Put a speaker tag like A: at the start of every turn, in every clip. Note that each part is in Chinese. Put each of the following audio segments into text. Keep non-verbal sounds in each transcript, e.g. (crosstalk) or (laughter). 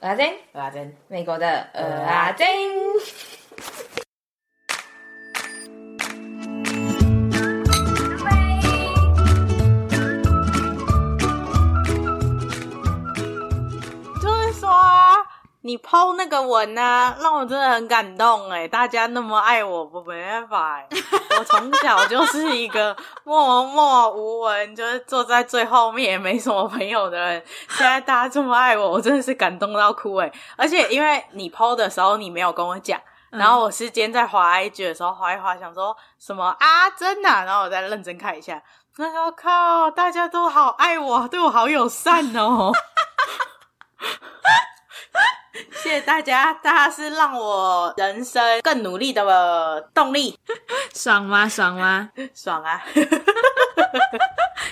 A: 蚵仔煎，
B: 蚵仔煎，
A: 美国的
C: 呃
A: 蚵仔煎。
B: 就是说啊你抛那个文呢、啊，让我真的很感动哎、大家那么爱我，我没办法哎、我从小就是一个默默无闻，就是坐在最后面也没什么朋友的人。现在大家这么爱我，我真的是感动到哭哎、而且因为你抛的时候，你没有跟我讲。然后我是今天在滑 IG 的时候滑一滑，想说什么啊真的、啊，然后我再认真看一下，那时候靠，大家都好爱我，对我好友善哦。谢谢大家，大家是让我人生更努力的动力，
C: 爽吗？爽吗？ (laughs)
B: 爽啊！ (laughs)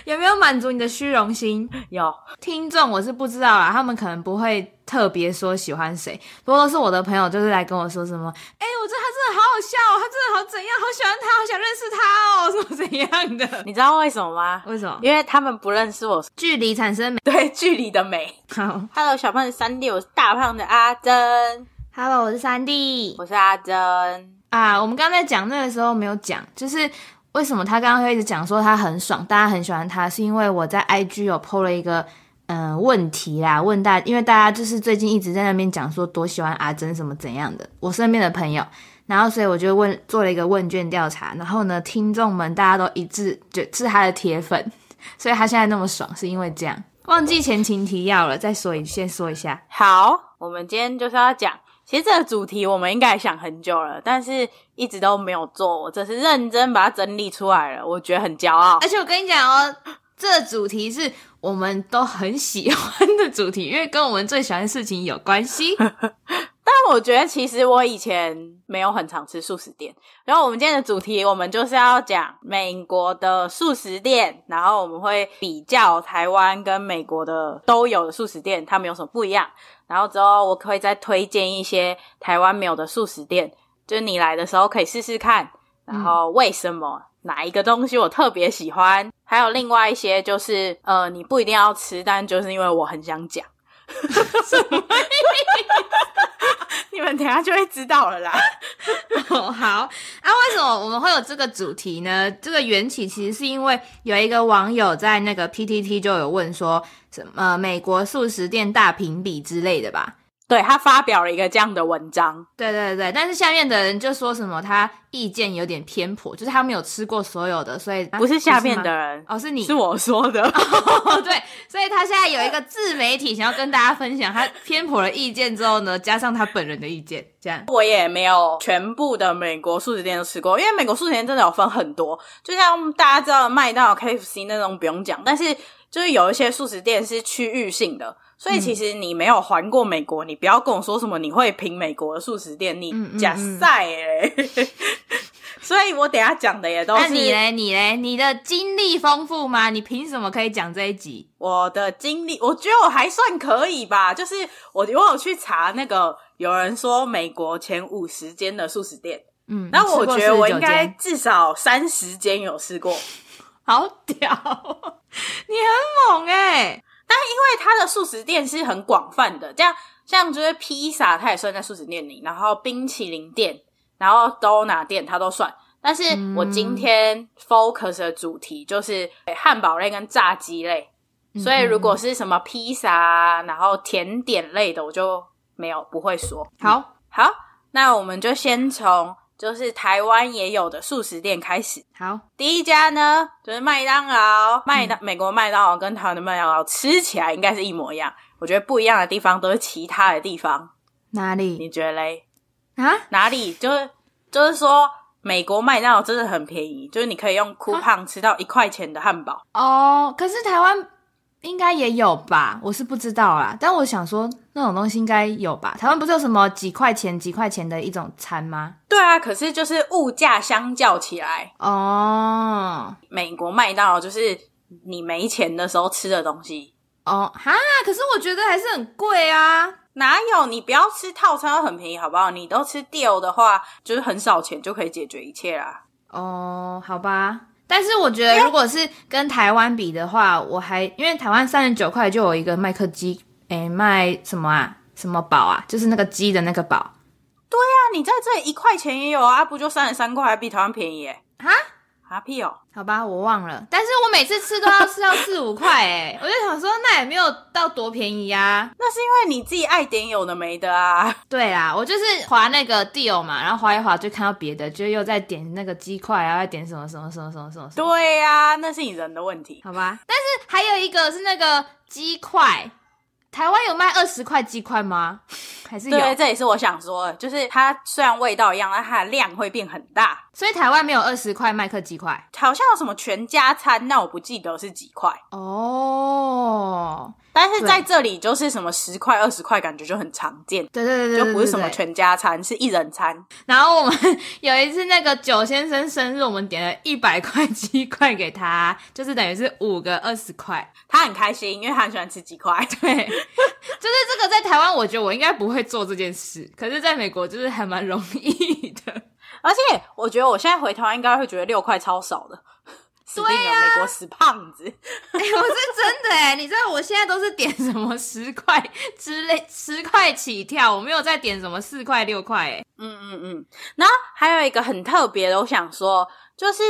C: 有没有满足你的虚荣心？
B: 有
C: 听众我是不知道啦，他们可能不会特别说喜欢谁，不过都是我的朋友，就是来跟我说什么，哎、我觉得他真的好好笑哦、他真的好怎样，好喜欢他，好想认识他哦，什么怎样的？
B: 你知道为什么吗？
C: (laughs) 为什么？
B: 因为他们不认识我， (laughs)
C: 距离产生美
B: 对距离的美。
C: 好。
B: Hello，小胖子三弟，我是大胖的阿珍，
C: Hello，我是三弟
B: 我是阿珍。
C: 啊。我们刚才讲那个时候没有讲，就是为什么他刚刚会一直讲说他很爽，大家很喜欢他，是因为我在 IG 有 PO 了一个。嗯，问题啦，问大，因为大家就是最近一直在那边讲说多喜欢阿珍什么怎样的，我身边的朋友，然后所以我就问做了一个问卷调查，然后呢，听众们大家都一致就是他的铁粉，所以他现在那么爽是因为这样。忘记前情提要了，再说一先说一下，
B: 好，我们今天就是要讲，其实这个主题我们应该也想很久了，但是一直都没有做，我这是认真把它整理出来了，我觉得很骄傲
C: 而。且我跟你讲哦，这主题是我们都很喜欢的主题，因为跟我们最喜欢的事情有关
B: (laughs)
C: 系。
B: 但我觉得其实我以前没有很常吃素食店，然后我们今天的主题我们就是要讲美国的素食店，然后我们会比较台湾跟美国的都有的素食店，它们有什么不一样。然后之后我可以再推荐一些台湾没有的素食店，就是你来的时候可以试试看。然后为什么、哪一个东西我特别喜欢，还有另外一些就是呃你不一定要吃，但就是因为我很想讲。 (laughs) 你们等一下就会知道了啦。
C: 哦，好啊，为什么我们会有这个主题呢？这个缘起其实是因为有一个网友在那个 PTT 就有问说，什么、呃、美国素食店大评比之类的吧？
B: 对他发表了一个这样的文章，
C: 对对对，但是下面的人就说什么他意见有点偏颇，就是他没有吃过所有的，所以
B: 啊不是啊下面
C: 吗
B: 的人，
C: 哦，是你
B: 是我说的。 (laughs)
C: 哦， (laughs) 对，所以他现在有一个自媒体想要跟大家分享他偏颇的意见之后呢，加上他本人的意见，这样
B: 我也没有全部的美国素食店都吃过，因为美国素食店真的有分很多，就像大家知道的麦当劳、KFC 那种不用讲，但是就是有一些素食店是区域性的，所以其实你没有环过美国，你不要跟我说什么你会评美国的素食店，你
C: 嗯嗯
B: 假
C: 嗯
B: 赛欸。 (laughs) 所以我等一下讲的也都
C: 那
B: 是
C: 啊你嘞，你嘞，你的经历丰富吗？你凭什么可以讲这一集？
B: 我的经历，我觉得我还算可以吧。就是我我有去查那个，有人说美国前五十间的素食店，
C: 嗯，
B: 那我觉得我应该
C: 你吃过49间
B: 至少三十间有吃过，因为
C: 好屌，你很猛哎、
B: 它的素食店是很广泛的，这样像就是披萨，它也算在素食店里，然后冰淇淋店，然后 donut 店，它都算。但是我今
C: 嗯
B: 天 focus 的主题就是哎汉堡类跟炸鸡类， (laughs)
C: 嗯
B: 所以如果是什么披萨啊，然后甜点类的，我就没有不会说。
C: 好
B: 好，那我们就先从就是台湾也有的素食店开始。
C: 好，
B: 第一家呢，就是麦当劳，麦当、美国麦当劳跟台湾的麦当劳吃起来应该是一模一样。我觉得不一样的地方都是其他的地方，
C: 哪里
B: 你觉得嘞？
C: 啊？
B: 哪里？就是就是说，美国麦当劳真的很便宜，就是你可以用 coupon 吃到一块钱的汉堡。
C: 哦，可是台湾应该也有吧？我是不知道啦，但我想说那种东西应该有吧？台湾不是有什么几块钱几块钱的一种餐吗？
B: 对啊，可是就是物价相较起来，
C: 哦
B: 美国麦当劳就是你没钱的时候吃的东西，
C: 哦哈，可是我觉得还是很贵啊。
B: 哪有？你不要吃套餐很便宜，好不好？你都吃 deal 的话，就是很少钱就可以解决一切啦。
C: 哦，好吧。但是我觉得，如果是跟台湾比的话，我还因为台湾三十九块就有一个麦克鸡，诶、卖什么啊？什么宝啊，就是那个鸡的那个宝。
B: 那你在这里一块钱也有啊，不就三十三块，还比台湾便宜耶、
C: 啊
B: 啊屁哦！
C: 好吧，我忘了，但是我每次吃都要吃到四五块哎、我就想说那也没有到多便宜呀、啊。
B: 那是因为你自己爱点有的没的啊。 (laughs)
C: 对啦，我就是划那个 deal 嘛，然后划一划就看到别的，就又在点那个鸡块啊，再点什么什么什么什么什么什么。
B: 对呀、那是你人的问题。
C: 好吧，但是还有一个是那个鸡块，台湾有卖二十块鸡块吗？还是有？
B: 对，这也是我想说的，就是它虽然味道一样，但它的量会变很大。
C: 所以台湾没有二十块麦克鸡块
B: 好像有什么全家餐，那我不记得是几块，
C: 哦。
B: 但是
C: 对
B: 在这里就是什么十块、二十块，感觉就很常见，
C: 对对对对
B: 就
C: 对
B: 不是什么
C: 对
B: 全家餐，是一人餐。
C: 然后我们有一次那个九先生生日，我们点了一百块鸡块给他，就是等于是五个二十块。 (laughs)
B: 他很开心，因为他很喜欢吃鸡块。
C: 对，就是这个在台湾，我觉得我应该不会做这件事，可是在美国就是还蛮容易的。
B: (laughs) 而且我觉得我现在回台湾应该会觉得六块超少的，死定
C: 对
B: 了，美国死胖子。
C: 哎、我是真的哎、你知道我现在都是点什么十块之类，十块起跳，我没有再点什么四块六块哎。
B: 嗯嗯嗯。然后还有一个很特别的，我想说，就是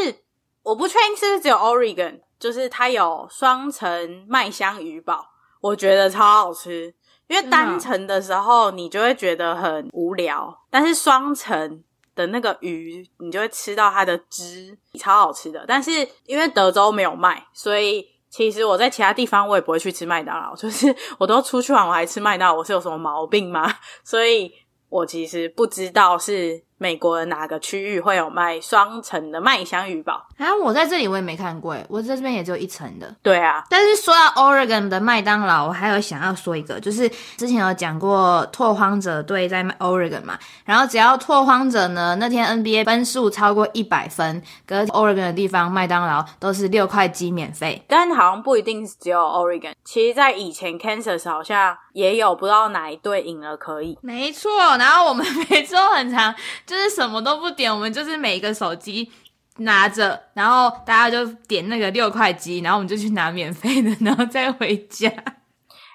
B: 我不确定是不是只有 Oregon，就是它有双层麦香鱼堡，我觉得超好吃。因为单层的时候你就会觉得很无聊，但是双层的那个鱼，你就会吃到它的汁，超好吃的。但是因为德州没有卖，所以其实我在其他地方我也不会去吃麦当劳，就是我都出去玩我还吃麦当劳，我是有什么毛病吗？所以我其实不知道是美国的哪个区域会有卖双层的麦香鱼堡。
C: 啊，我在这里我也没看过哎，我在这边也只有一层的。
B: 对啊，
C: 但是说到 Oregon 的麦当劳，我还有想要说一个，就是之前有讲过拓荒者队在 Oregon 嘛，然后只要拓荒者呢那天 NBA 分数超过一百分，跟 Oregon 的地方麦当劳都是六块鸡免费。
B: 但好像不一定只有 Oregon，其实在以前 Kansas 好像也有，不知道哪一队赢了可以。
C: 没错，然后我们每周很长，就是什么都不点，我们就是每一个手机拿着，然后大家就点那个六块鸡，然后我们就去拿免费的，然后再回家。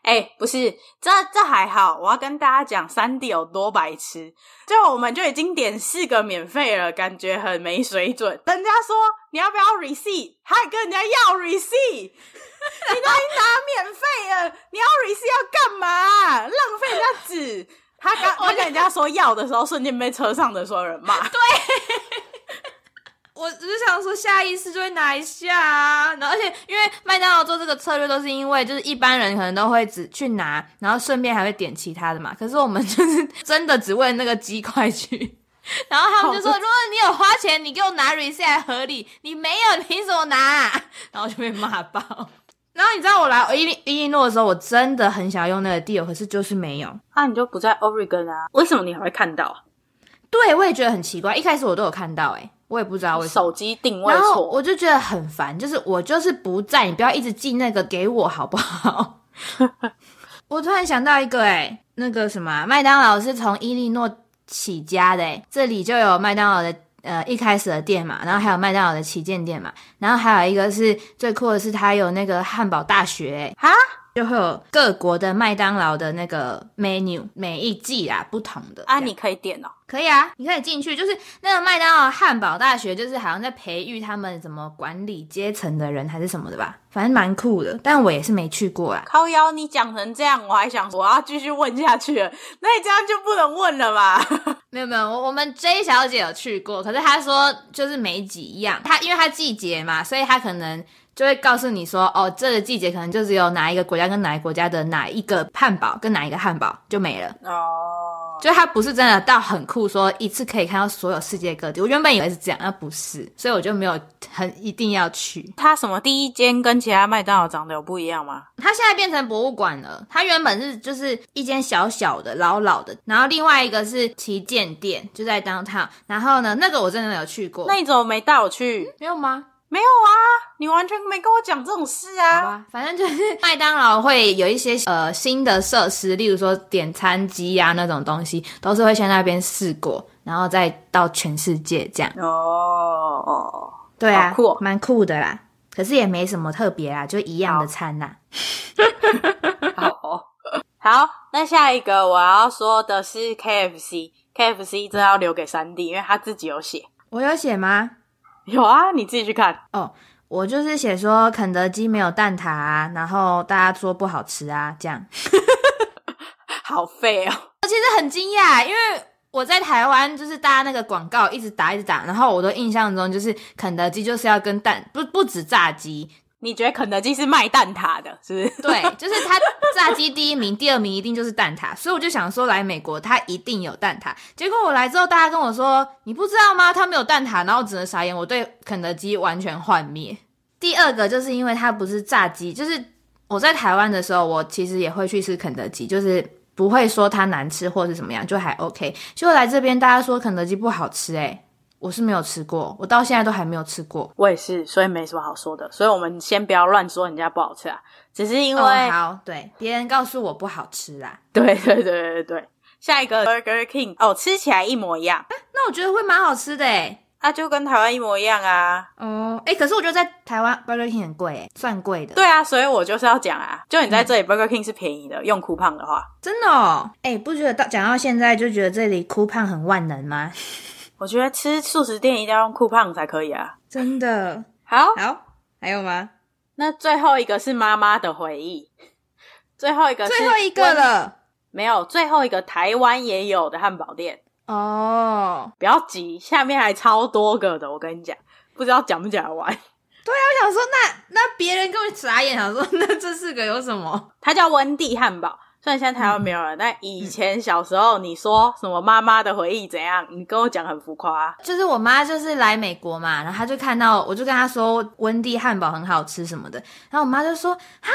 B: 哎、不是，这这还好，我要跟大家讲三 D 有多白痴。就我们就已经点四个免费了，感觉很没水准。人家说你要不要 receipt，还跟人家要 receipt，你都已经拿免费了，你要 receipt 要干嘛、浪费人家纸。他
C: (laughs)
B: 刚他跟人家说要的时候，瞬间被车上的所有人骂。
C: 我只是想说，下意识就会拿一下啊。然后，而且因为麦当劳做这个策略，都是因为就是一般人可能都会只去拿，然后顺便还会点其他的嘛。可是我们就是真的只为那个鸡块去。然后他们就说：“
B: 好
C: 如果你有花钱，你给我拿 reset 还合理；你没有，你凭什么拿、啊？”然后就被骂爆。然后你知道我来伊利伊利诺的时候，我真的很想用那个 deal，可是就是没有。
B: 啊，你就不在 Oregon 啊？为什么你还会看到
C: 对，我也觉得很奇怪。一开始我都有看到、欸，诶，我也不知道为什么。
B: 手机定位
C: 然后
B: 错？
C: 我就觉得很烦，就是我就是不在，你不要一直寄那个给我好不好？ (laughs) 我突然想到一个、哎，那个什么啊、麦当劳是从伊利诺起家的、哎，这里就有麦当劳的。呃，一开始的店嘛，然后还有麦当劳的旗舰店嘛，然后还有一个是最酷的是它有那个汉堡大学、哎
B: 哈，
C: 就会有各国的麦当劳的那个 menu，每一季啦不同的这
B: 啊，
C: 样
B: 你可以点哦。
C: 可以啊，你可以进去，就是那个麦当劳汉堡大学，就是好像在培育他们怎么管理阶层的人还是什么的吧，反正蛮酷的。但我也是没去过啊。
B: 靠腰，你讲成这样，我还想我要继续问下去了，那你这样就不能问了吧？
C: 没有没有，我我们 J 小姐有去过，可是她说就是没几样，她因为她季节嘛，所以她可能就会告诉你说，哦，这个季节可能就只有哪一个国家跟哪一个国家的哪一个汉堡跟哪一个汉堡就没了。
B: (laughs) 哦，
C: 嗯就它不是真的到很酷，说一次可以看到所有世界各地。我原本以为是这样，那啊不是，所以我就没有很一定要去。
B: 它什么第一间跟其他麦当劳长得有不一样吗？
C: 它现在变成博物馆了。它原本是就是一间小小的、老老的，然后另外一个是旗舰店，就在 downtown。然后呢，那个我真的没有去过
B: 那，你怎么没带我去？
C: 没有吗？
B: 没有啊，你完全没跟我讲这种事
C: 好
B: 啊。
C: 吧，反正就是 (laughs) 麦当劳会有一些呃新的设施，例如说点餐机啊那种东西，都是会先在那边试过，然后再到全世界这样。
B: 哦，
C: 对啊，
B: 好酷哦
C: 蛮酷的啦。可是也没什么特别啦，就一样的餐啦。
B: 好、哦。 (laughs) 好，那下一个我要说的是 KFC。KFC 这要留给三弟，因为他自己有写。
C: 我有写吗？
B: 有啊，你自己去看。
C: 哦，我就是写说肯德基没有蛋挞、啊，然后大家说不好吃啊，这样。
B: 好废哦，
C: 我其实很惊讶，因为我在台湾就是大家那个广告一直打一直打，然后我都印象中就是肯德基就是要跟蛋不不止炸鸡，
B: 你觉得肯德基是卖蛋挞的，是不是？
C: 对，就是它炸鸡第一名，第二名一定就是蛋挞，所以我就想说来美国它一定有蛋挞。结果我来之后，大家跟我说你不知道吗？它没有蛋挞，然后我只能傻眼，我对肯德基完全幻灭。第二个就是因为它不是炸鸡，就是我在台湾的时候，我其实也会去吃肯德基，就是不会说它难吃或是怎么样，就还 OK。结果来这边大家说肯德基不好吃、欸，诶我是没有吃过，我到现在都还没有吃过。
B: 我也是，所以没什么好说的。所以我们先不要乱说人家不好吃啊，只是因为、
C: 哦、好对别人告诉我不好吃啦，
B: 对对对对对。下一个 Burger King 哦，吃起来一模一样，
C: 那我觉得会蛮好吃的欸诶
B: 啊，就跟台湾一模一样啊。
C: 哦，哎、可是我觉得在台湾 Burger King 很贵诶，算贵的。
B: 对啊，所以我就是要讲啊，就你在这里 Burger King 是便宜的，用酷胖的话，
C: 真的哦，哎、不觉得到讲到现在就觉得这里哭胖很万能 (laughs) 吗？
B: 我觉得吃素食店一定要用酷胖才可以啊。
C: 真的。
B: 好，
C: 好，还有吗？
B: 那最后一个是妈妈的回忆，最后一个是
C: 最后一个
B: 温
C: 了
B: 没有，最后一个台湾也有的汉堡店，
C: 哦。
B: 不要急，下面还超多个的，我跟你讲，不知道讲不讲得完。
C: 我想说那那别人跟我傻眼，想说那这四个有什么？
B: 它叫温蒂汉堡，虽然现在台湾没有
C: 嗯
B: 了，但以前小时候你说什么妈妈的回忆怎样，你跟我讲很浮夸、啊，
C: 就是我妈就是来美国嘛，然后她就看到，我就跟她说温蒂汉堡很好吃什么的，然后我妈就说啊。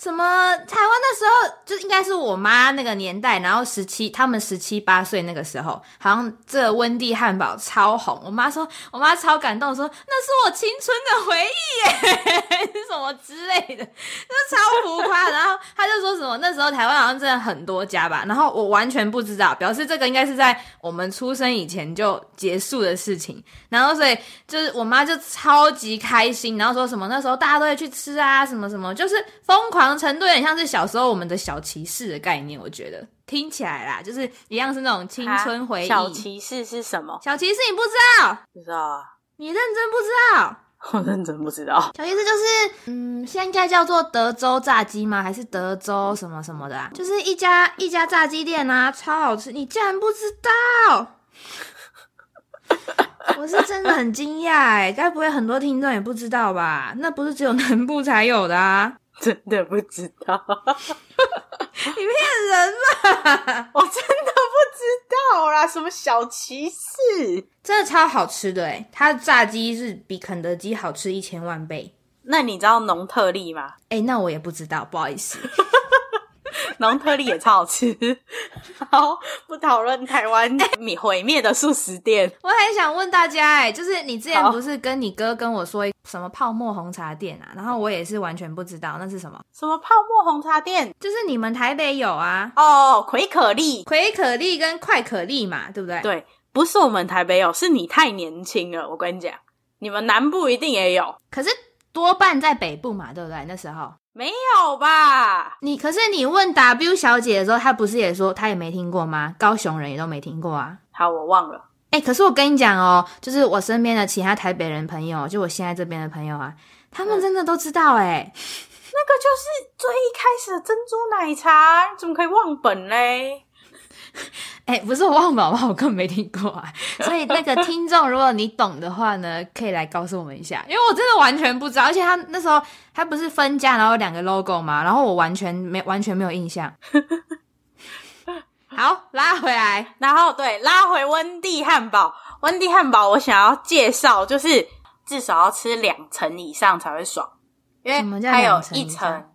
C: 怎么台湾那时候就应该是我妈那个年代，然后十七他们十七八岁那个时候，好像这温蒂汉堡超红。我妈说，我妈超感动，说那是我青春的回忆耶， (laughs) 什么之类的，那超浮夸。然后她就说什么那时候台湾好像真的很多家吧，然后我完全不知道，表示这个应该是在我们出生以前就结束的事情。然后所以就是我妈就超级开心，然后说什么那时候大家都会去吃啊，什么什么，就是疯狂程度有点像是小时候我们的小骑士的概念，我觉得听起来啦，就是一样是那种青春回忆。
B: 小骑士是什么？
C: 小骑士你不知道，
B: 不知道啊，
C: 你认真不知道。
B: 我认真不知道。
C: 小意思就是，嗯，现在应该叫做德州炸鸡吗？还是德州什么什么的、啊？就是一家一家炸鸡店啊，超好吃，你竟然不知道！ (laughs) 我是真的很惊讶哎，该不会很多听众也不知道吧？那不是只有南部才有的啊？
B: 真的不知道，
C: (laughs) 你骗人吧？
B: (laughs) 我真的不知道啦，什么小骑士？
C: 真的超好吃的哎，它的炸鸡是比肯德基好吃一千万倍。
B: 那你知道农特利吗？
C: 哎，那我也不知道，不好意思。
B: 农特利也超好吃。好，不讨论台湾
C: 哎
B: 米毁灭的素食店。
C: 我很想问大家、哎，就是你之前
B: 好
C: 不是跟你哥跟我说什么泡沫红茶店啊？然后我也是完全不知道那是什么，
B: 什么泡沫红茶店
C: 就是你们台北有啊，
B: 哦，葵可丽，
C: 葵可丽跟快可丽嘛，对不对？，
B: 对，不是我们台北有，是你太年轻了。我跟你讲，你们南部一定也有，
C: 可是多半在北部嘛，对不对？那时候
B: 没有吧？
C: 你可是你问 W 小姐的时候，她不是也说她也没听过吗？高雄人也都没听过啊。
B: 好，我忘了。
C: 哎、可是我跟你讲哦，就是我身边的其他台北人朋友，就我现在这边的朋友啊，他们真的都知道哎、
B: 那个就是最一开始的珍珠奶茶，你怎么可以忘本嘞？
C: 哎、不是我忘了，好不好？我根本没听过 (laughs) 啊。所以那个听众，如果你懂的话呢，可以来告诉我们一下，因为我真的完全不知道。而且他那时候他不是分家，然后有两个 logo 嘛，然后我完全没完全没有印 (laughs) 象。好，拉回来。
B: 然后对，拉回温蒂汉堡，温蒂汉堡我想要介绍，就是至少要吃两层以上才会爽，因
C: 什么
B: 为
C: 叫
B: 它有
C: 两层
B: 一
C: 以上
B: 层，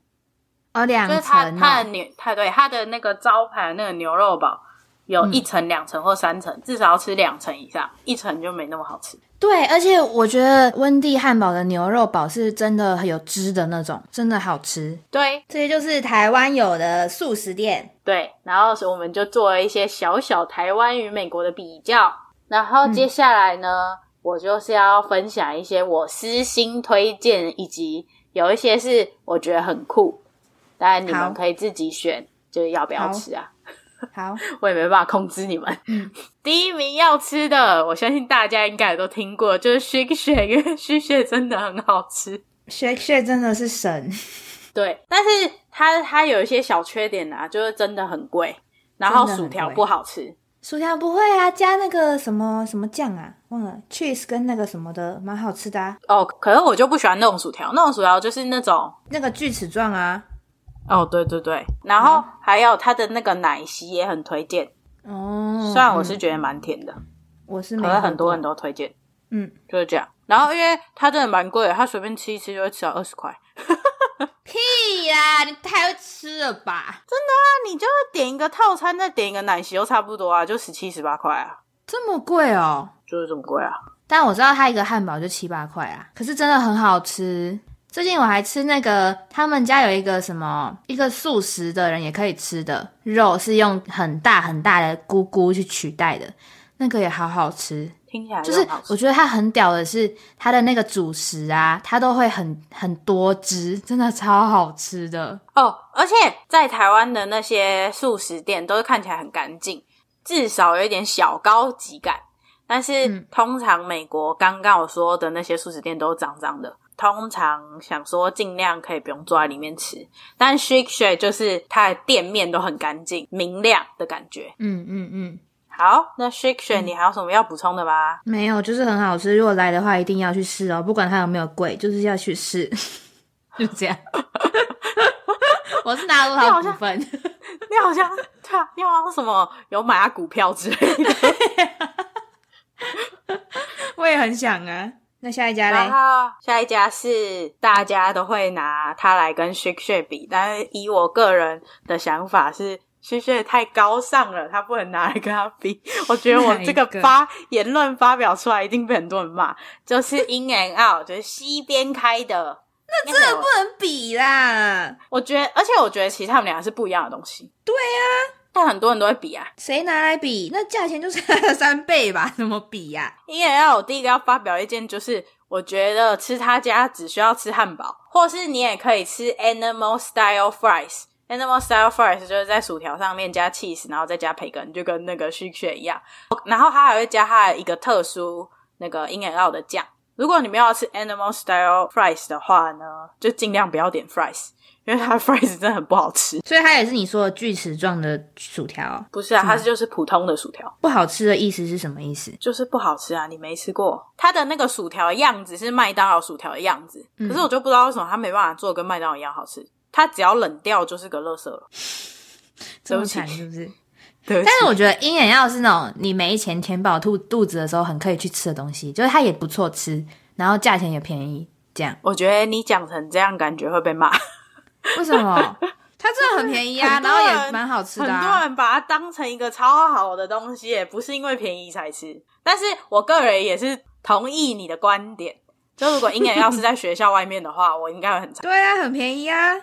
C: 哦，两
B: 就是它
C: 层、
B: 它的
C: 哦，
B: 牛，它对它的那个招牌那个牛肉堡。有
C: 嗯
B: 一层、两层或三层，至少要吃两层以上，一层就没那么好吃。
C: 对，而且我觉得温蒂汉堡的牛肉堡是真的很有汁的那种，真的好吃。
B: 对
C: 这些就是台湾有的素食店。
B: 对，然后所以我们就做了一些小小台湾与美国的比较，然
C: 嗯
B: 后接下来呢，我就是要分享一些我私心推荐，以及有一些是我觉得很酷，当然你
C: 好
B: 们可以自己选。就是要不要吃啊？
C: (laughs) 好，
B: 我也没办法控制你们。
C: 嗯
B: 第一名要吃的，我相信大家应该也都听过，就是 shake shake，因为 shake shake 真的很好吃。
C: shake shake 真的是神，
B: 对，但是它它有一些小缺点啊，就是真的很贵，然后
C: 真的很
B: 薯条
C: 贵
B: 不好吃。
C: 薯条不会啊，加那个什么什么酱啊，忘了 cheese 跟那个什么的，蛮好吃的啊，
B: 哦，可是我就不喜欢那种薯条，那种薯条就是那种
C: 那个锯齿状啊，
B: 哦，对对对，然后
C: 嗯
B: 还有它的那个奶昔也很推荐，
C: 哦，
B: 虽然我是觉得蛮甜的，
C: 我是嗯没
B: 嗯可是
C: 喝
B: 很多
C: 过
B: 人都推荐，
C: 嗯，
B: 就是这样。然后因为它真的蛮贵的，它随便吃一吃就会吃到二十块，
C: 屁呀、你太会吃了吧？
B: 那你就点一个套餐，再点一个奶昔都差不多啊，就十七十八块啊，
C: 这么贵哦？
B: 就是这么贵啊。
C: 但我知道它一个汉堡就七八块啊，可是真的很好吃。最近我还吃那个他们家有一个什么一个素食的人也可以吃的肉，是用很大很大的菇菇去取代的，那个也好好吃。
B: 听起来
C: 就是
B: 很好吃
C: 我觉得它很屌的是它的那个主食啊，它都会很很多汁，真的超好吃的。
B: 哦，而且在台湾的那些素食店都是看起来很干净，至少有一点小高级感。但是、
C: 嗯
B: 通常美国刚刚我说的那些素食店都是脏脏的，通常想说尽量可以不用坐在里面吃。但 Shake Shake 就是它的店面都很干净、明亮的感觉。
C: 嗯嗯嗯，
B: 好，那 Shake Shake 你还有什么要补充的吗？
C: 没有，就是很好吃。如果来的话，一定要去试哦，不管它有没有贵，就是要去试， (laughs) 就这样。 (laughs) 我是拿入它的股份，
B: (laughs) 你好像对啊，你好像什么有买下股票之类的。
C: 我也很想啊。那下一家
B: 然
C: 嘞？
B: 后下一家是大家都会拿它来跟 Shake Shake 比，但是以我个人的想法是，Shake Shake 太高尚了，它不能拿来跟它比。我觉得我这个
C: 哪一个
B: 发言论发表出来，一定被很多人骂。就是 In and Out，就是西边开的，那真的不
C: 能比啦，
B: 我觉得，而且我觉得其实他们俩是不一样的东西。对呀、但很多人都会比啊。
C: 谁拿来比？那价钱就是 (laughs) 它的三倍吧？怎么比呀、
B: 因为要我第一个要发表意见就是，我觉得吃他家只需要吃汉堡，或是你也可以吃 Animal Style Fries。Animal Style Fries 就是在薯条上面加 cheese，然后再加培根，就跟那个 shake shake 一样。然后它还会加它的一个特殊那个 In and Out 的酱。如果你们要吃 Animal Style Fries 的话呢，就尽量不要点 fries，因为它的 fries 真的很不好吃。
C: 所以它也是你说的锯齿状的薯条哦、
B: 不是啊，它就是普通的薯条。
C: 不好吃的意思是什么意思？
B: 就是不好吃啊，你没吃过。它的那个薯条的样子是麦当劳薯条的样子，
C: 嗯
B: 可是我就不知道为什么它没办法做得跟麦当劳一样好吃。它只要冷掉就是个垃圾了。
C: 这么
B: 对不起
C: 惨是不是？
B: 对不
C: (laughs)
B: 起，
C: 但是我觉得鹰眼药是那种你没钱填饱肚肚子的时候很可以去吃的东西，就是它也不错吃，然后价钱也便宜，这样
B: 我觉得你讲成这样，感觉会被骂。
C: 为什么？它真的很便宜啊，
B: (laughs) 很多
C: 然后也
B: 人
C: 蛮好吃的、
B: 很多
C: 啊。
B: 人把它当成一个超好的东西耶，不是因为便宜才吃。但是我个人也是同意你的观点，就如果鹰眼要是在学校外面的话，我应该会很惨，
C: 对啊，很便宜啊，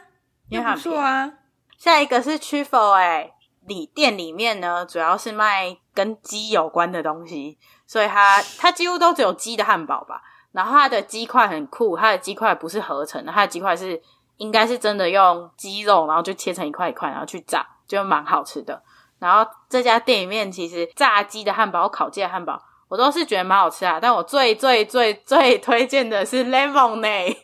B: 因为它很便宜
C: 啊。
B: 下一个是 c h i f o 哎，里店里面呢主要是卖跟鸡有关的东西，所以它它几乎都只有鸡的汉堡吧。然后它的鸡块很酷，它的鸡块不是合成的，它的鸡块是应该是真的用鸡肉，然后就切成一块一块，然后去炸，就蛮好吃的。然后这家店里面其实炸鸡的汉堡、烤鸡的汉堡，我都是觉得蛮好吃啊。但我最最最最推荐的是 lemonade，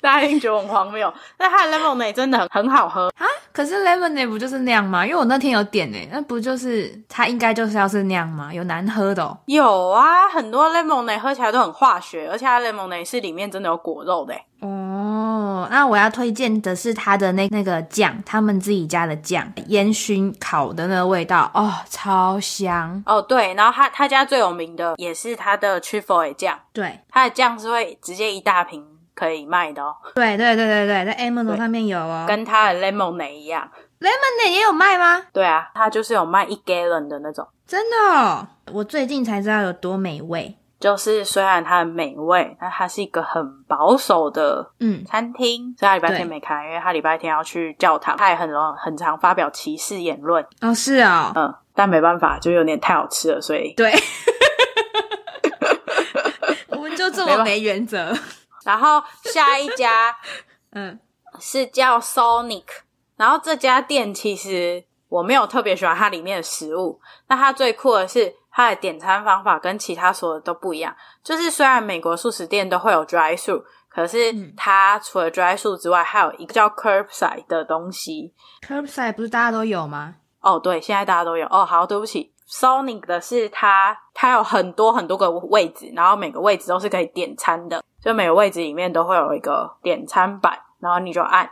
B: 大家一定觉得我很荒谬，但它的 lemonade 真的很很好喝，
C: 可是 lemonade 不就是那样吗？因为我那天有点诶、那不就是它应该就是要是那样吗？有难喝的哦。
B: 有啊，很多 lemonade 喝起来都很化学，而且它 lemonade 是里面真的有果肉的欸。
C: 哦，那我要推荐的是它的那那个酱，他们自己家的酱，烟熏烤的那个味道，哦，超香。
B: 哦，对，然后他他家最有名的也是他的 t r i f l e 酱，
C: 对，
B: 它的酱是会直接一大瓶可以卖的哦，
C: 对对对对对，在
B: 对
C: Amazon 上面有哦。
B: 跟它的 lemonade 一样。
C: Lemonade 也有卖吗？
B: 对啊，它就是有卖一 gallon 的那种，
C: 真的哦，我最近才知道有多美味。
B: 就是虽然它很美味，但它是一个很保守的
C: 嗯，
B: 餐厅，所以他礼拜天
C: 对
B: 没开，因为他礼拜天要去教堂，他也很容很常发表歧视言论，
C: 哦是哦，
B: 嗯，但没办法，就有点太好吃了，所以 (laughs)
C: 对，我们就这
B: 没
C: 么
B: 办法
C: 没原则。
B: 然后下一家
C: 嗯，
B: 是叫 Sonic 然后这家店其实我没有特别喜欢它里面的食物，那它最酷的是它的点餐方法跟其他所有的都不一样。就是虽然美国素食店都会有 dry through，可是它除了 dry through 之外，还有一个叫 curbside 的东西。
C: Curbside 不是大家都有吗？
B: 哦，对，现在大家都有。哦，好，对不起，Sonic 的是它，它有很多很多个位置，然后每个位置都是可以点餐的，就每个位置里面都会有一个点餐板，然后你就按，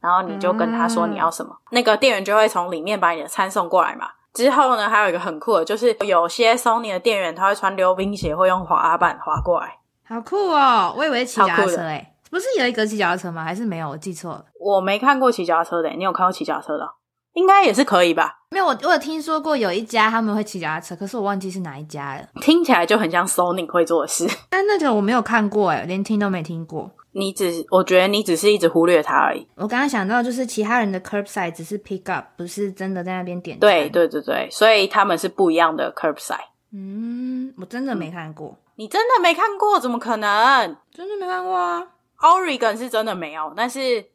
B: 然后你就跟他说你要什么，那个店员就会从里面把你的餐送过来嘛。之后呢，还有一个很酷的，就是有些 Sony 的店员他会穿溜冰鞋，会用滑板滑过来。
C: 好酷哦！我以为骑脚踏
B: 超酷
C: 车
B: 的
C: 诶、不是有一个骑脚踏车吗？还是没有？我记错了。
B: 我没看过骑脚踏车的，欸你有看过骑脚踏车的哦？应该也是可以吧？
C: 没有，我我有听说过有一家他们会骑脚踏车，可是我忘记是哪一家了。
B: 听起来就很像 Sony 会做的事。
C: 但那个我没有看过诶、欸连听都没听过。
B: 你只，我觉得你只是一直忽略它而已。
C: 我刚刚想到就是其他人的 curbside 只是 pick up，不是真的在那边点餐。
B: 对，对对对，所以他们是不一样的 curbside。
C: 嗯，我真的没看过，
B: 你真的没看过？怎么可能
C: 真的没看过啊。
B: ？Oregon 是真的没有，但是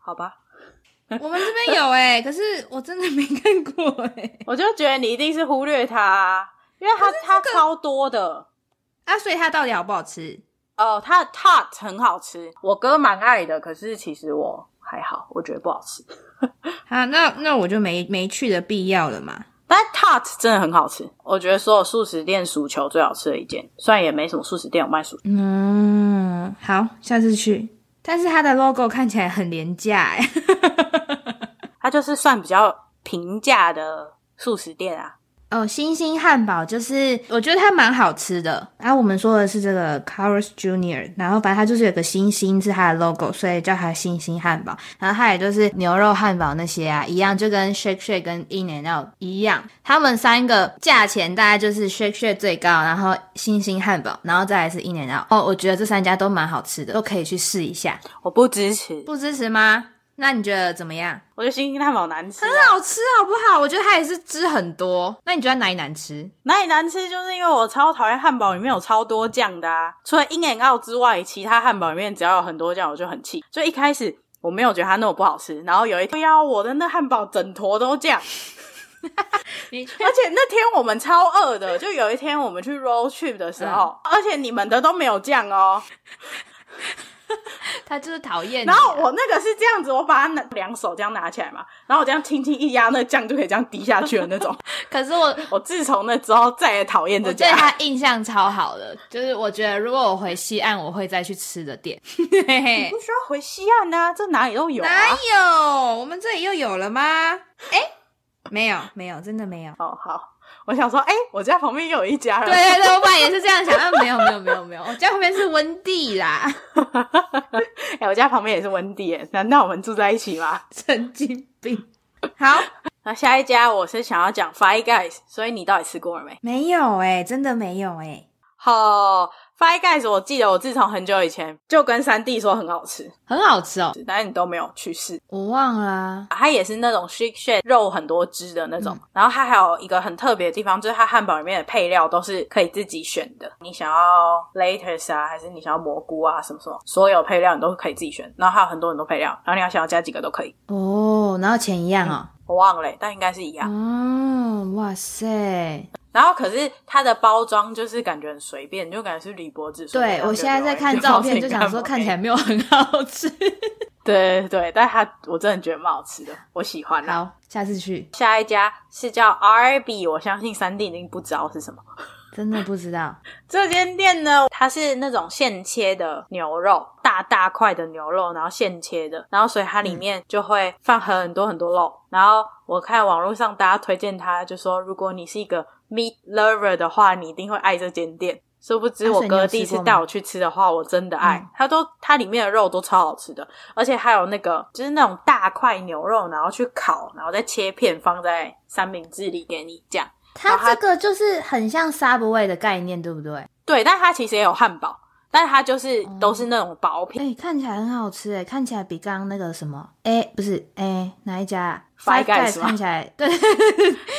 B: 好吧，
C: (laughs) 我们这边有诶、 (laughs) 可是我真的没看过欸诶、
B: 我就觉得你一定是忽略它啊，因为它、它超多的。
C: (laughs) 啊，所以它到底好不好吃？
B: 哦，它的 tart 很好吃，我哥蛮爱的，可是其实我还好，我觉得不好吃。
C: 啊，那那我就没没去的必要了嘛。
B: 但 tart 真的很好吃，我觉得所有素食店薯球最好吃的一间，虽然也没什么素食店有卖薯，
C: 嗯，好，下次去。但是它的 logo 看起来很廉价、欸，
B: 它就是算比较平价的素食店啊。
C: 哦，星星汉堡就是我觉得它蛮好吃的。然、啊、后我们说的是这个 Carl's Junior，然后反正它就是有个星星是它的 logo，所以叫它星星汉堡。然后它也就是牛肉汉堡那些啊，一样就跟 Shake Shake 跟 In and Out 一样，他们三个价钱大概就是 Shake Shake 最高，然后星星汉堡，然后再来是 In and Out。哦，我觉得这三家都蛮好吃的，都可以去试一下。
B: 我不支持，
C: 不支持吗？那你觉得怎么样？
B: 我觉得星星汉堡难吃啊、
C: 很好吃，好不好？我觉得它也是汁很多。那你觉得哪里难吃？
B: 哪里难吃，就是因为我超讨厌汉堡里面有超多酱的啊！除了 In and Out 之外，其他汉堡里面只要有很多酱，我就很气。就一开始我没有觉得它那么不好吃，然后有一天要我的那汉堡整坨都酱，
C: 你
B: 而且那天我们超饿的，就有一天我们去 road trip 的时候，
C: 嗯
B: 而且你们的都没有酱哦。
C: 他就是讨厌你啊。
B: 然后我那个是这样子，我把它拿两手这样拿起来嘛，然后我这样轻轻一压，那酱就可以这样滴下去的那种。 (laughs)
C: 可是我
B: 我自从那之后再也讨厌这
C: 我对
B: 家。
C: 他印象超好的，就是我觉得如果我回西岸，我会再去吃的店。 (laughs) 嘿嘿
B: 不需要回西岸呐、这哪里都有、啊。
C: 哪有？我们这里又有了吗？哎、没有，没有，真的没有。
B: 哦，好，我想说，哎、我家旁边又有一家了。
C: 对对对，我本来也是这样想，啊，没有没有没有没有，我家后面是温蒂啦，
B: 哎、我家旁边也是温蒂耶，难道我们住在一起吗？
C: 神经病。好，
B: 那下一家我是想要讲 Five Guys，所以你到底吃过了没？
C: 没有哎、真的没有哎、
B: 好、f i v e Guys，我记得我自从很久以前就跟三弟说很好吃，
C: 很好吃哦，
B: 但是你都没有去试。
C: 我忘了啊、
B: 它也是那种 shake shake 肉很多汁的那种，
C: 嗯
B: 然后它还有一个很特别的地方，就是它汉堡里面的配料都是可以自己选的，你想要 lettuce 啊，还是你想要蘑菇啊，什么什么，所有配料你都可以自己选，然后还有很多很多配料，然后你要想要加几个都可以，
C: 哦，然后钱一样哦，
B: 我忘了、欸但应该是一
C: 嗯哦，
B: 样。
C: 哇塞，
B: 然后可是它的包装就是感觉很随便，就感觉是铝箔纸。所以
C: 对，
B: 感觉
C: 我现在在看 (laughs) 照片，就想说看起来。没有很好 (laughs) 吃。
B: 对对对，但它我真的觉得蛮好吃的，我喜欢啦。
C: 好，下次去，
B: 下一家是叫 R B，我相信三弟已经不知道是什么。
C: 真的不知道。
B: 这间店呢，它是那种现切的牛肉，大大块的牛肉，然后现切的，然后所以它里面就会放很多很多肉。然后我看网络上大家推荐它，就说如果你是一个 meat lover 的话，你一定会爱这间店。殊不知
C: 啊
B: 我
C: 所以你有
B: 哥
C: 吃
B: 第一次
C: 过吗
B: 带我去吃的话，我真的爱
C: 嗯。
B: 它都它里面的肉都超好吃的，而且还有那个就是那种大块牛肉，然后去烤，然后再切片放在三明治里给你这样。然后
C: 它
B: 它
C: 这个就是很像 Subway 的概念，对不对？
B: 对，但它其实也有汉堡，但它就是
C: 哦
B: 都是那种薄
C: 哎、
B: 片。
C: 看起来很好吃哎，看起来比刚刚那个什么，哎、不是，哎、哪一家、啊
B: Five Guys 吗
C: 看起来，对， (laughs)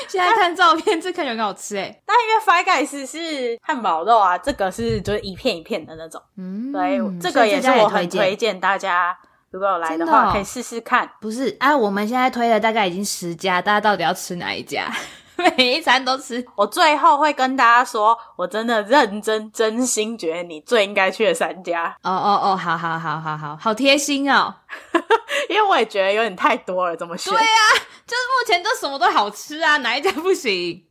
C: 现在看照片，这看起来很好吃哎。
B: 那因为 Five Guys 是汉堡肉啊，这个是就是一片一片的那种，
C: 嗯，
B: 对，这个也是
C: 所以家
B: 我很
C: 推
B: 推。荐大家如果有来
C: 真的
B: 话，
C: 哦
B: 可以试试看。
C: 不是啊，我们现在推了大概已经十家，大家到底要吃哪一家？ (laughs) 每一餐都吃。
B: 我最后会跟大家说，我真的认真真心觉得你最应该去的三家，
C: 哦哦哦，好好好好好，好贴心哦。
B: 因为我也觉得有点太多了，怎么选？
C: 啊就是目前就什么都好吃啊，哪一家不行？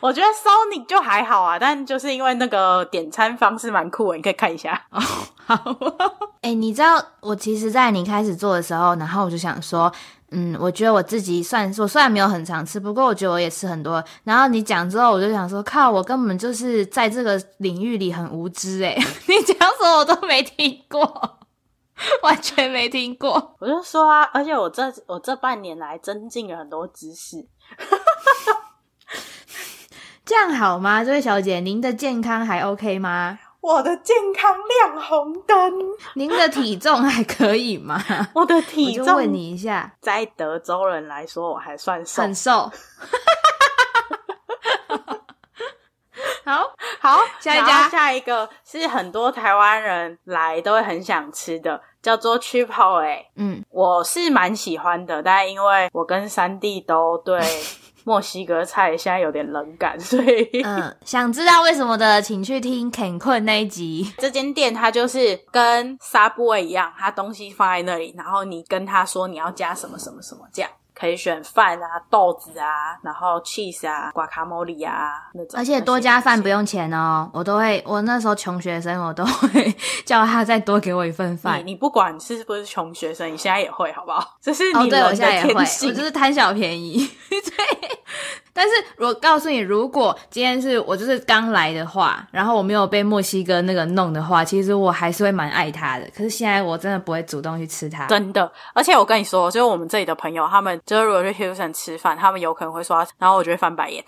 B: 我觉得 Sony 就还好啊，但就是因为那个点餐方式蛮酷的，你可以看一下。
C: 好、哎、你知道我其实，在你开始做的时候，然后我就想说，嗯，我觉得我自己算我虽然没有很常吃，不过我觉得我也吃很多。然后你讲之后，我就想说，靠，我根本就是在这个领域里很无知哎、 (laughs) 你讲什么我都没听过， (laughs) 完全没听过。
B: 我就说啊，而且我这我这半年来增进了很多知识，
C: 这样好吗，这位小姐？您的健康还 OK 吗？
B: 我的健康亮红灯，
C: 您的体重还可以吗？
B: 我的
C: 我
B: 体
C: 就
B: 重，
C: 问你一下，
B: 在德州人来说我还算瘦。
C: 很瘦。好，
B: (laughs) 好，
C: 下一
B: 然
C: 家
B: 后下一个是很多台湾人来都会很想吃的，叫做 Chipotle。
C: (laughs) 嗯，
B: 我是蛮喜欢的，但因为我跟三弟都对墨西哥菜现在有点冷感，所以
C: 嗯，想知道为什么的，请去听 Ken 困那一集。
B: 这间店它就是跟 Subway 一样，它东西放在那里，然后你跟他说你要加什么什么什么，这样可以选饭啊、豆子啊，然后 cheese 啊、瓜卡莫里啊那种，
C: 而且多加饭不用钱哦，我都会，我那时候穷学生，我都会叫他再多给我一份
B: 那些。
C: 饭。
B: 你你不管是不是穷学生，你现在也会好不好？这是
C: 哦，
B: 你
C: 对，
B: 人
C: 我
B: 的
C: 现在也会，我
B: 天性。
C: 就是贪小便宜。 (laughs) 对，但是我告诉你，如果今天是我就是刚来的话，然后我没有被墨西哥那个弄的话，其实我还是会蛮爱他的。可是现在我真的不会主动去吃它。
B: 真的，而且我跟你说，就是我们这里的朋友，他们就是如果去 Houston 吃饭，他们有可能会说，然后我就会翻白眼。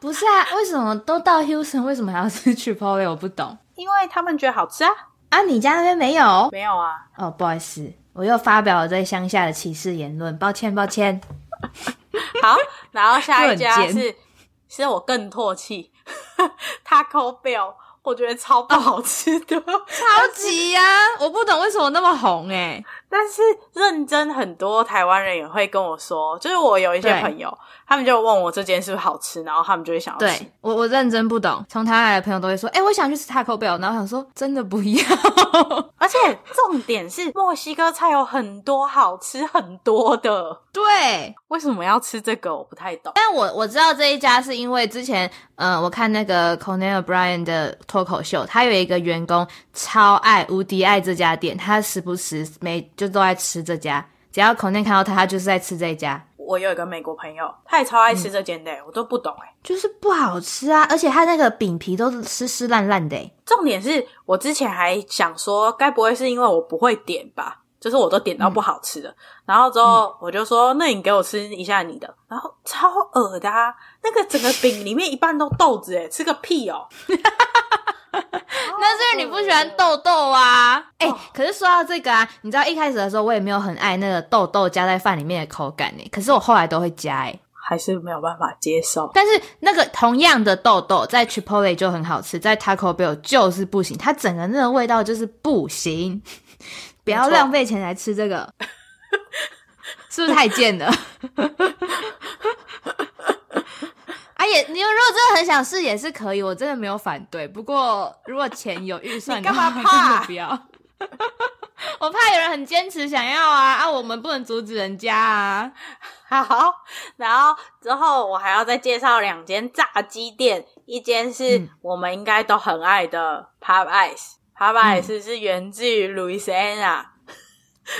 C: 不是啊，为什么都到 Houston，为什么还要吃 Chipotle？我不懂
B: 因为他们觉得好吃啊，
C: 啊，你家那边没有？
B: 没有啊，
C: 哦，不好意思，我又发表了对乡下的歧视言论，抱歉抱歉。
B: 好，然后下
C: (laughs)
B: 一家
C: 就很
B: 是，是我更唾弃 (laughs) Taco Bell，我觉得超不好吃的， (laughs)
C: 超级呀、我不懂为什么那么红哎、
B: 但是认真很多台湾人也会跟我说，就是我有一些
C: 对
B: 朋友，他们就问我这间是不是好吃，然后他们就会想要吃
C: 对。我我认真不懂，从他来的朋友都会说，哎、我想去吃 Taco Bell，然后我想说真的不要，
B: 而且重点是墨西哥菜有很多好吃很多的，
C: 对。
B: 为什么要吃这个？我不太懂。
C: 但我我知道这一家是因为之前，呃，我看那个 Conan O'Brien 的脱口秀，他有一个员工超爱无敌爱这家店，他时不时每就都在吃这家，只要 Conan 看到他，他就是在吃这一家，
B: 我有一个美国朋友，他也超爱吃这间的、我都不懂哎、
C: 就是不好吃啊，而且它那个饼皮都是湿湿烂烂的、欸。
B: 重点是我之前还想说，该不会是因为我不会点吧？就是我都点到不好吃的，然后之后
C: 嗯
B: 我就说：“那你给我吃一下你的。”然后超恶的、啊，那个整个饼里面一半都豆子、哎，吃个屁哦、
C: (laughs) 那是因为你不喜欢豆豆啊。哎、可是说到这个啊，你知道一开始的时候我也没有很爱那个豆豆加在饭里面的口感呢、可是我后来都会加哎、
B: 还是没有办法接受。
C: 但是那个同样的豆豆在 Chipotle 就很好吃，在 Taco Bell 就是不行，它整个那个味道就是不行。 (laughs) 不要
B: 没错
C: 浪费钱来吃这个， (laughs) 是不是太贱了？ (laughs) 啊也，你们如果真的很想试也是可以，我真的没有反对。不过如果钱有预算的话，
B: 你干嘛怕
C: 真的不要。 (laughs) 我怕有人很坚持想要啊啊，我们不能阻止人家啊。
B: 好，然后之后我还要再介绍两间炸鸡店，一间是
C: 嗯
B: 我们应该都很爱的 Pub Ice，Pub Ice 是是源自于 Louisiana。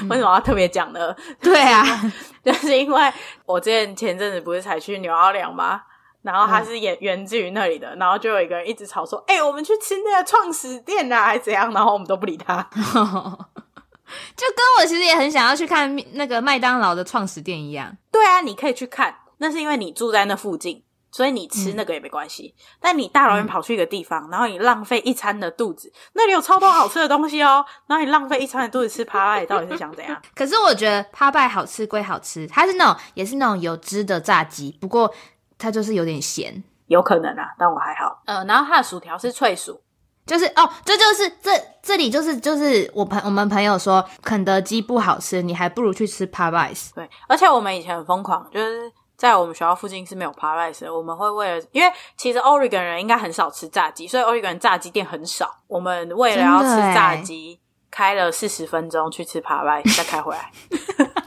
B: 为 (laughs) 什么要特别讲呢？ (laughs)
C: 对啊， (laughs)
B: 就是因为我之前前阵子不是才去纽奥良吗？然后他是源源自于那里的，然后就有一个人一直吵说：“哎、我们去吃那个创始店啊，还是怎样？”然后我们都不理他。
C: (laughs) 就跟我其实也很想要去看那个麦当劳的创始店一样。
B: 对啊，你可以去看，那是因为你住在那附近，所以你吃那个也没关系。但你大老远跑去一个地方，然后你浪费一餐的肚子，那里有超多好吃的东西哦，然后你浪费一餐的肚子吃趴赖，你到底是想怎样？ (laughs)
C: 可是我觉得趴拜好吃归好吃，它是那种也是那种有汁的炸鸡，不过它就是有点咸。
B: 有可能啊，但我还好。呃，然后它的薯条是脆薯，
C: 就是哦，这就是这这里就是就是我朋我们朋友说肯德基不好吃，你还不如去吃 Popeyes。
B: 对，而且我们以前很疯狂，就是在我们学校附近是没有 p a r i s 的，我们会为了，因为其实 Oregon 人应该很少吃炸鸡，所以 Oregon 炸鸡店很少。我们为了要吃
C: 真的欸
B: 炸鸡，开了四十分钟去吃 p a r i s 再开回来，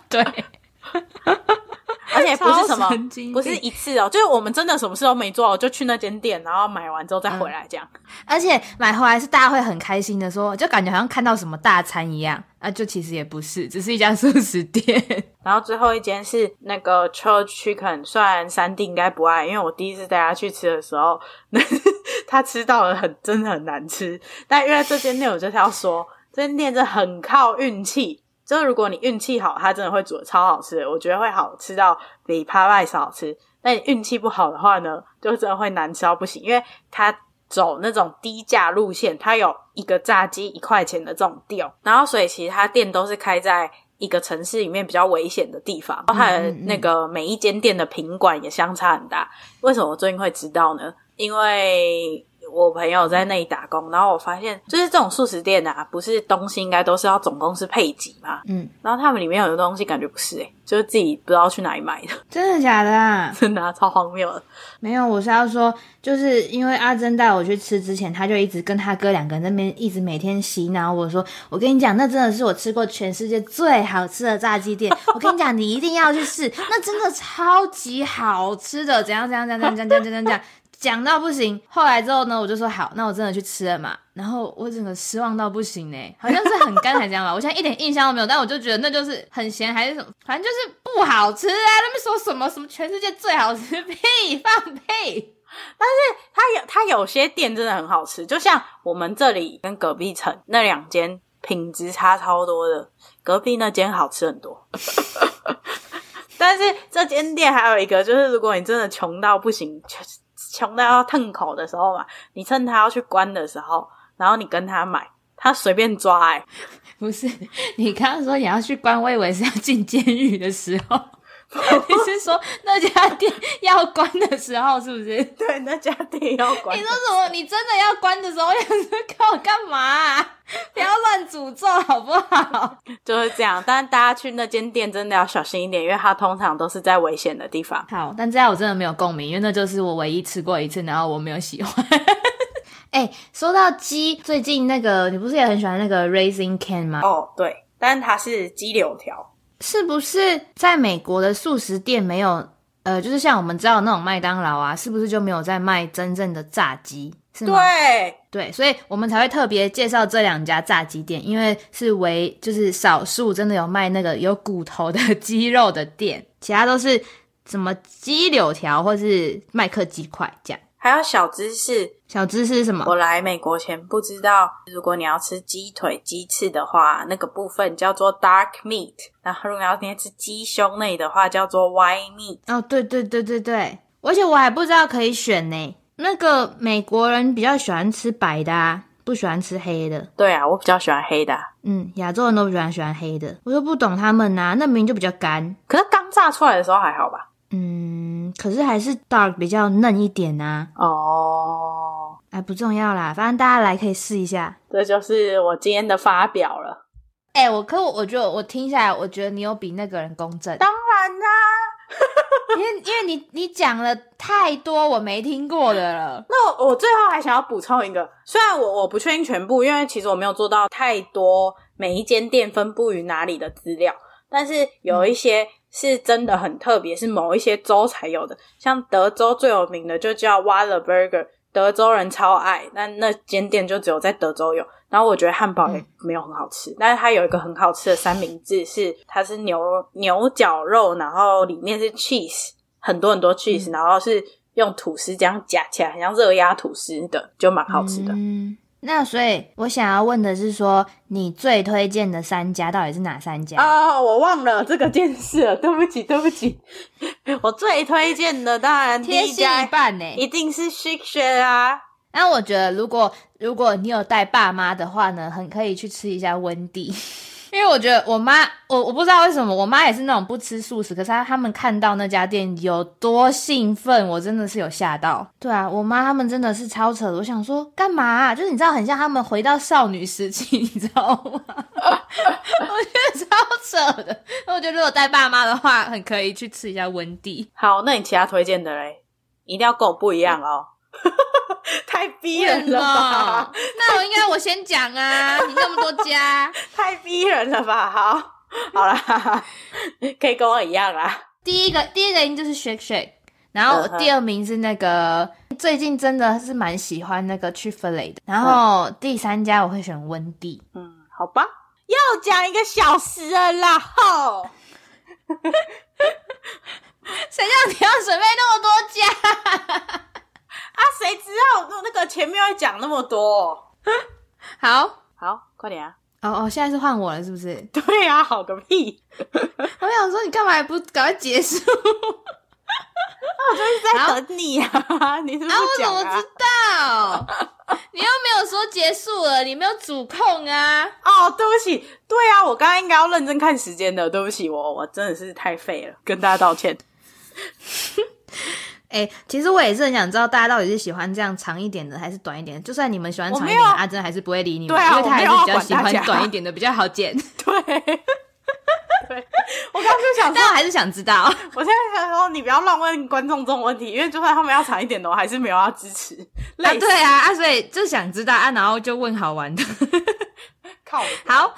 C: 对，哎
B: (laughs) 而且不是什么
C: (laughs) 超神经病，
B: 不是一次哦，就是我们真的什么事都没做，就去那间店，然后买完之后再回来这样。
C: 而且买回来是大家会很开心的说，就感觉好像看到什么大餐一样啊，就其实也不是，只是一家素食店。
B: 然后最后一间是那个 Church Chicken，虽然三弟应该不爱，因为我第一次带他去吃的时候， (laughs) 他吃到了很真的很难吃。但因为这间店，我就是要说，这间店真的很靠运气。就是如果你运气好，它真的会煮的超好吃的，我觉得会好吃到比 p a r i s 好吃。但你运气不好的话呢，就真的会难吃到不行，因为它走那种低价路线，它有一个炸鸡一块钱的这种 deal，然后所以其实它店都是开在一个城市里面比较危险的地方，然后它的那个每一间店的品管也相差很大。为什么我最近会知道呢？因为我朋友在那里打工，然后我发现就是这种素食店啊，不是东西应该都是要总公司配给嘛，
C: 嗯，
B: 然后他们里面有的东西感觉不是诶、欸就是自己不知道去哪里买的，
C: 真的假的啊？
B: 真的、啊、超荒谬的。
C: 没有，我是要说，就是因为阿珍带我去吃之前，他就一直跟他哥两个人那边一直每天洗脑我说，我跟你讲，那真的是我吃过全世界最好吃的炸鸡店，我跟你讲，你一定要去试，那真的超级好吃的，怎样怎样怎样怎样怎样怎样怎样。讲到不行，后来之后呢，我就说好，那我真的去吃了嘛。然后我整个失望到不行呢、好像是很干才这样吧，我现在一点印象都没有，但我就觉得那就是很咸还是什么，反正就是不好吃啊。他们说什么什么全世界最好吃，屁放屁！
B: 它有它有些店真的很好吃，就像我们这里跟隔壁城那两间品质差超多的，隔壁那间好吃很多。 (laughs) 但是这间店还有一个，就是如果你真的穷到不行，穷穷到要腾口的时候嘛，你趁他要去关的时候，然后你跟他买，他随便抓、欸，
C: 不是，你刚刚说你要去关，我以为是要进监狱的时候。你是说那家店要关的时候是不是？你
B: (laughs) 对，那家店要关
C: 说什么？你真的要关的时候，我想说看我干嘛啊、不要乱诅咒好不好？
B: (laughs) 就是这样。但大家去那间店真的要小心一点，因为它通常都是在危险的地方。
C: 好，但这样我真的没有共鸣，因为那就是我唯一吃过一次，然后我没有喜欢。 (laughs) 哎、说到鸡，最近那个你不是也很喜欢那个 Raising Can 吗？
B: 哦，对，但它是鸡柳条。
C: 是不是在美国的素食店没有？呃，就是像我们知道的那种麦当劳啊，是不是就没有在卖真正的炸鸡？是吗？
B: 对，
C: 对所以我们才会特别介绍这两家炸鸡店，因为是为就是少数真的有卖那个有骨头的鸡肉的店，其他都是什么鸡柳条或是麦克鸡块这样。
B: 还有小知识，
C: 小知识是什么？
B: 我来美国前不知道，如果你要吃鸡腿、鸡翅的话，那个部分叫做 dark meat；然后如果要你要吃鸡胸那里的话，叫做 white meat。
C: 哦，对对对对对，而且我还不知道可以选呢。那个美国人比较喜欢吃白的、啊，不喜欢吃黑的。
B: 对啊，我比较喜欢黑的啊、
C: 嗯，亚洲人都比较喜欢黑的，我就不懂他们呐、那明明就比较干，
B: 可是刚炸出来的时候还好吧？
C: 嗯，可是还是 dark 比较嫩一点呐、
B: 哦，
C: 哎，不重要啦，反正大家来可以试一下。
B: 这就是我今天的发表了。
C: 哎、我可我我觉得我听下来，我觉得你有比那个人公正，
B: 当然
C: (laughs)
B: 啦、
C: 因为因为你你讲了太多我没听过的了。
B: 那我我最后还想要补充一个，虽然我我不确定全部，因为其实我没有做到太多每一间店分布于哪里的资料，但是有一些是真的很特别，是某一些州才有的，像德州最有名的就叫 w a l l e Burger，德州人超爱，但那间店就只有在德州有。然后我觉得汉堡也没有很好吃，但是它有一个很好吃的三明治是，它是牛牛绞肉，然后里面是 cheese，很多很多 cheese，、然后是用吐司这样夹起来，很像热压吐司的，就蛮好吃的。
C: 嗯，那所以我想要问的是说，你最推荐的三家到底是哪三家？
B: 啊、我忘了这个件事了，对不起，对不起。 (laughs) 我最推荐的当然第
C: 贴
B: 一
C: 心
B: 家
C: 一半欸呢、
B: 一定是 Shake Shack 啊，
C: 那我觉得，如果如果你有带爸妈的话呢，很可以去吃一下温蒂。 (laughs) 因为我觉得我妈，我我不知道为什么，我妈也是那种不吃素食，可是她他们看到那家店有多兴奋，我真的是有吓到。对啊，我妈他们真的是超扯的。我想说干嘛啊、就是你知道，很像他们回到少女时期，你知道吗？ (laughs) 我觉得超扯的。我觉得如果带爸妈的话，很可以去吃一下温
B: (laughs)
C: 蒂。
B: 好，那你其他推荐的嘞，一定要跟我不一样哦。 (laughs) 太逼人了吧！
C: (laughs) 那我应该我先讲啊，你那么多家。
B: 太逼人了吧！好，好啦， (laughs) 可以跟我一样啦。
C: 第一个第一个音就是 shake shake，然后第二名是那个、最近真的是蛮喜欢那个 Chick-fil-A 的，然后第三家我会选温蒂。
B: 嗯，好吧，又讲一个小时了啦，吼！啊
C: 谁叫你要准备那么多家？
B: 啊，谁知道那那个前面会讲那么多？
C: (laughs) 好，
B: 好，快点啊！
C: 哦哦，现在是换我了，是不是？
B: 对啊，好个屁！
C: 我想说你干嘛还不赶快结束？
B: 在等你啊，你是不
C: 啊，
B: 是
C: 我怎
B: 讲
C: 么
B: 啊
C: 知？道？ (laughs) 你又没有说结束了，你没有主控啊。
B: 哦，对不起，对啊，我刚刚应该要认真看时间的，对不起，我我真的是太废了，跟大家道歉。
C: 哎、其实我也是很想知道大家到底是喜欢这样长一点的，还是短一点的。就算你们喜欢长一点啊
B: 我
C: 的，
B: 没有
C: 阿珍还是不会理你们，
B: 对啊
C: 因为他还是
B: 我没有
C: 比较喜
B: 管大
C: 欢
B: 家
C: 短一点的，比较好剪。
B: 对，对，我刚刚就想说
C: 但，我还是想知
B: (laughs)
C: 道，
B: 我现在想说，你不要乱问观众这种问题，因为就算他们要长一点的，我还是没有要支持。
C: 啊
B: 累死，
C: 对啊，啊，所以就想知道啊，然后就问好玩的。
B: 靠！
C: 好，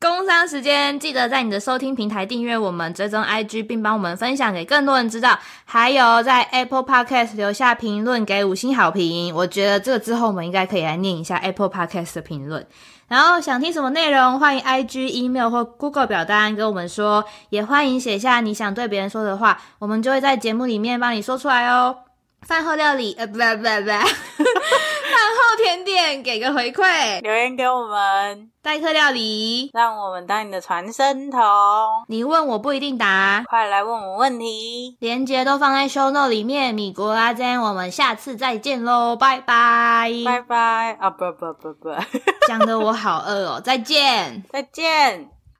C: 工商时间，记得在你的收听平台订阅我们，追踪 IG，并帮我们分享给更多人知道。还有在 Apple Podcast 留下评论，给五星好评。我觉得这个之后我们应该可以来念一下 Apple Podcast 的评论。然后想听什么内容，欢迎 IG、email 或 Google 表单跟我们说，也欢迎写下你想对别人说的话，我们就会在节目里面帮你说出来哦。饭后料理，呃，不不不不， (laughs) 饭后甜点给个回馈，
B: 留言给我们，
C: 代客料理。
B: 让我们当你的传声筒，
C: 你问我不一定答，
B: 快来问我们问题，
C: 连接都放在 show note 里面。米国阿珍，我们下次再见喽，拜拜。
B: 拜拜啊！不不不不， (laughs)
C: 讲的我好饿哦，再见。
B: 再见。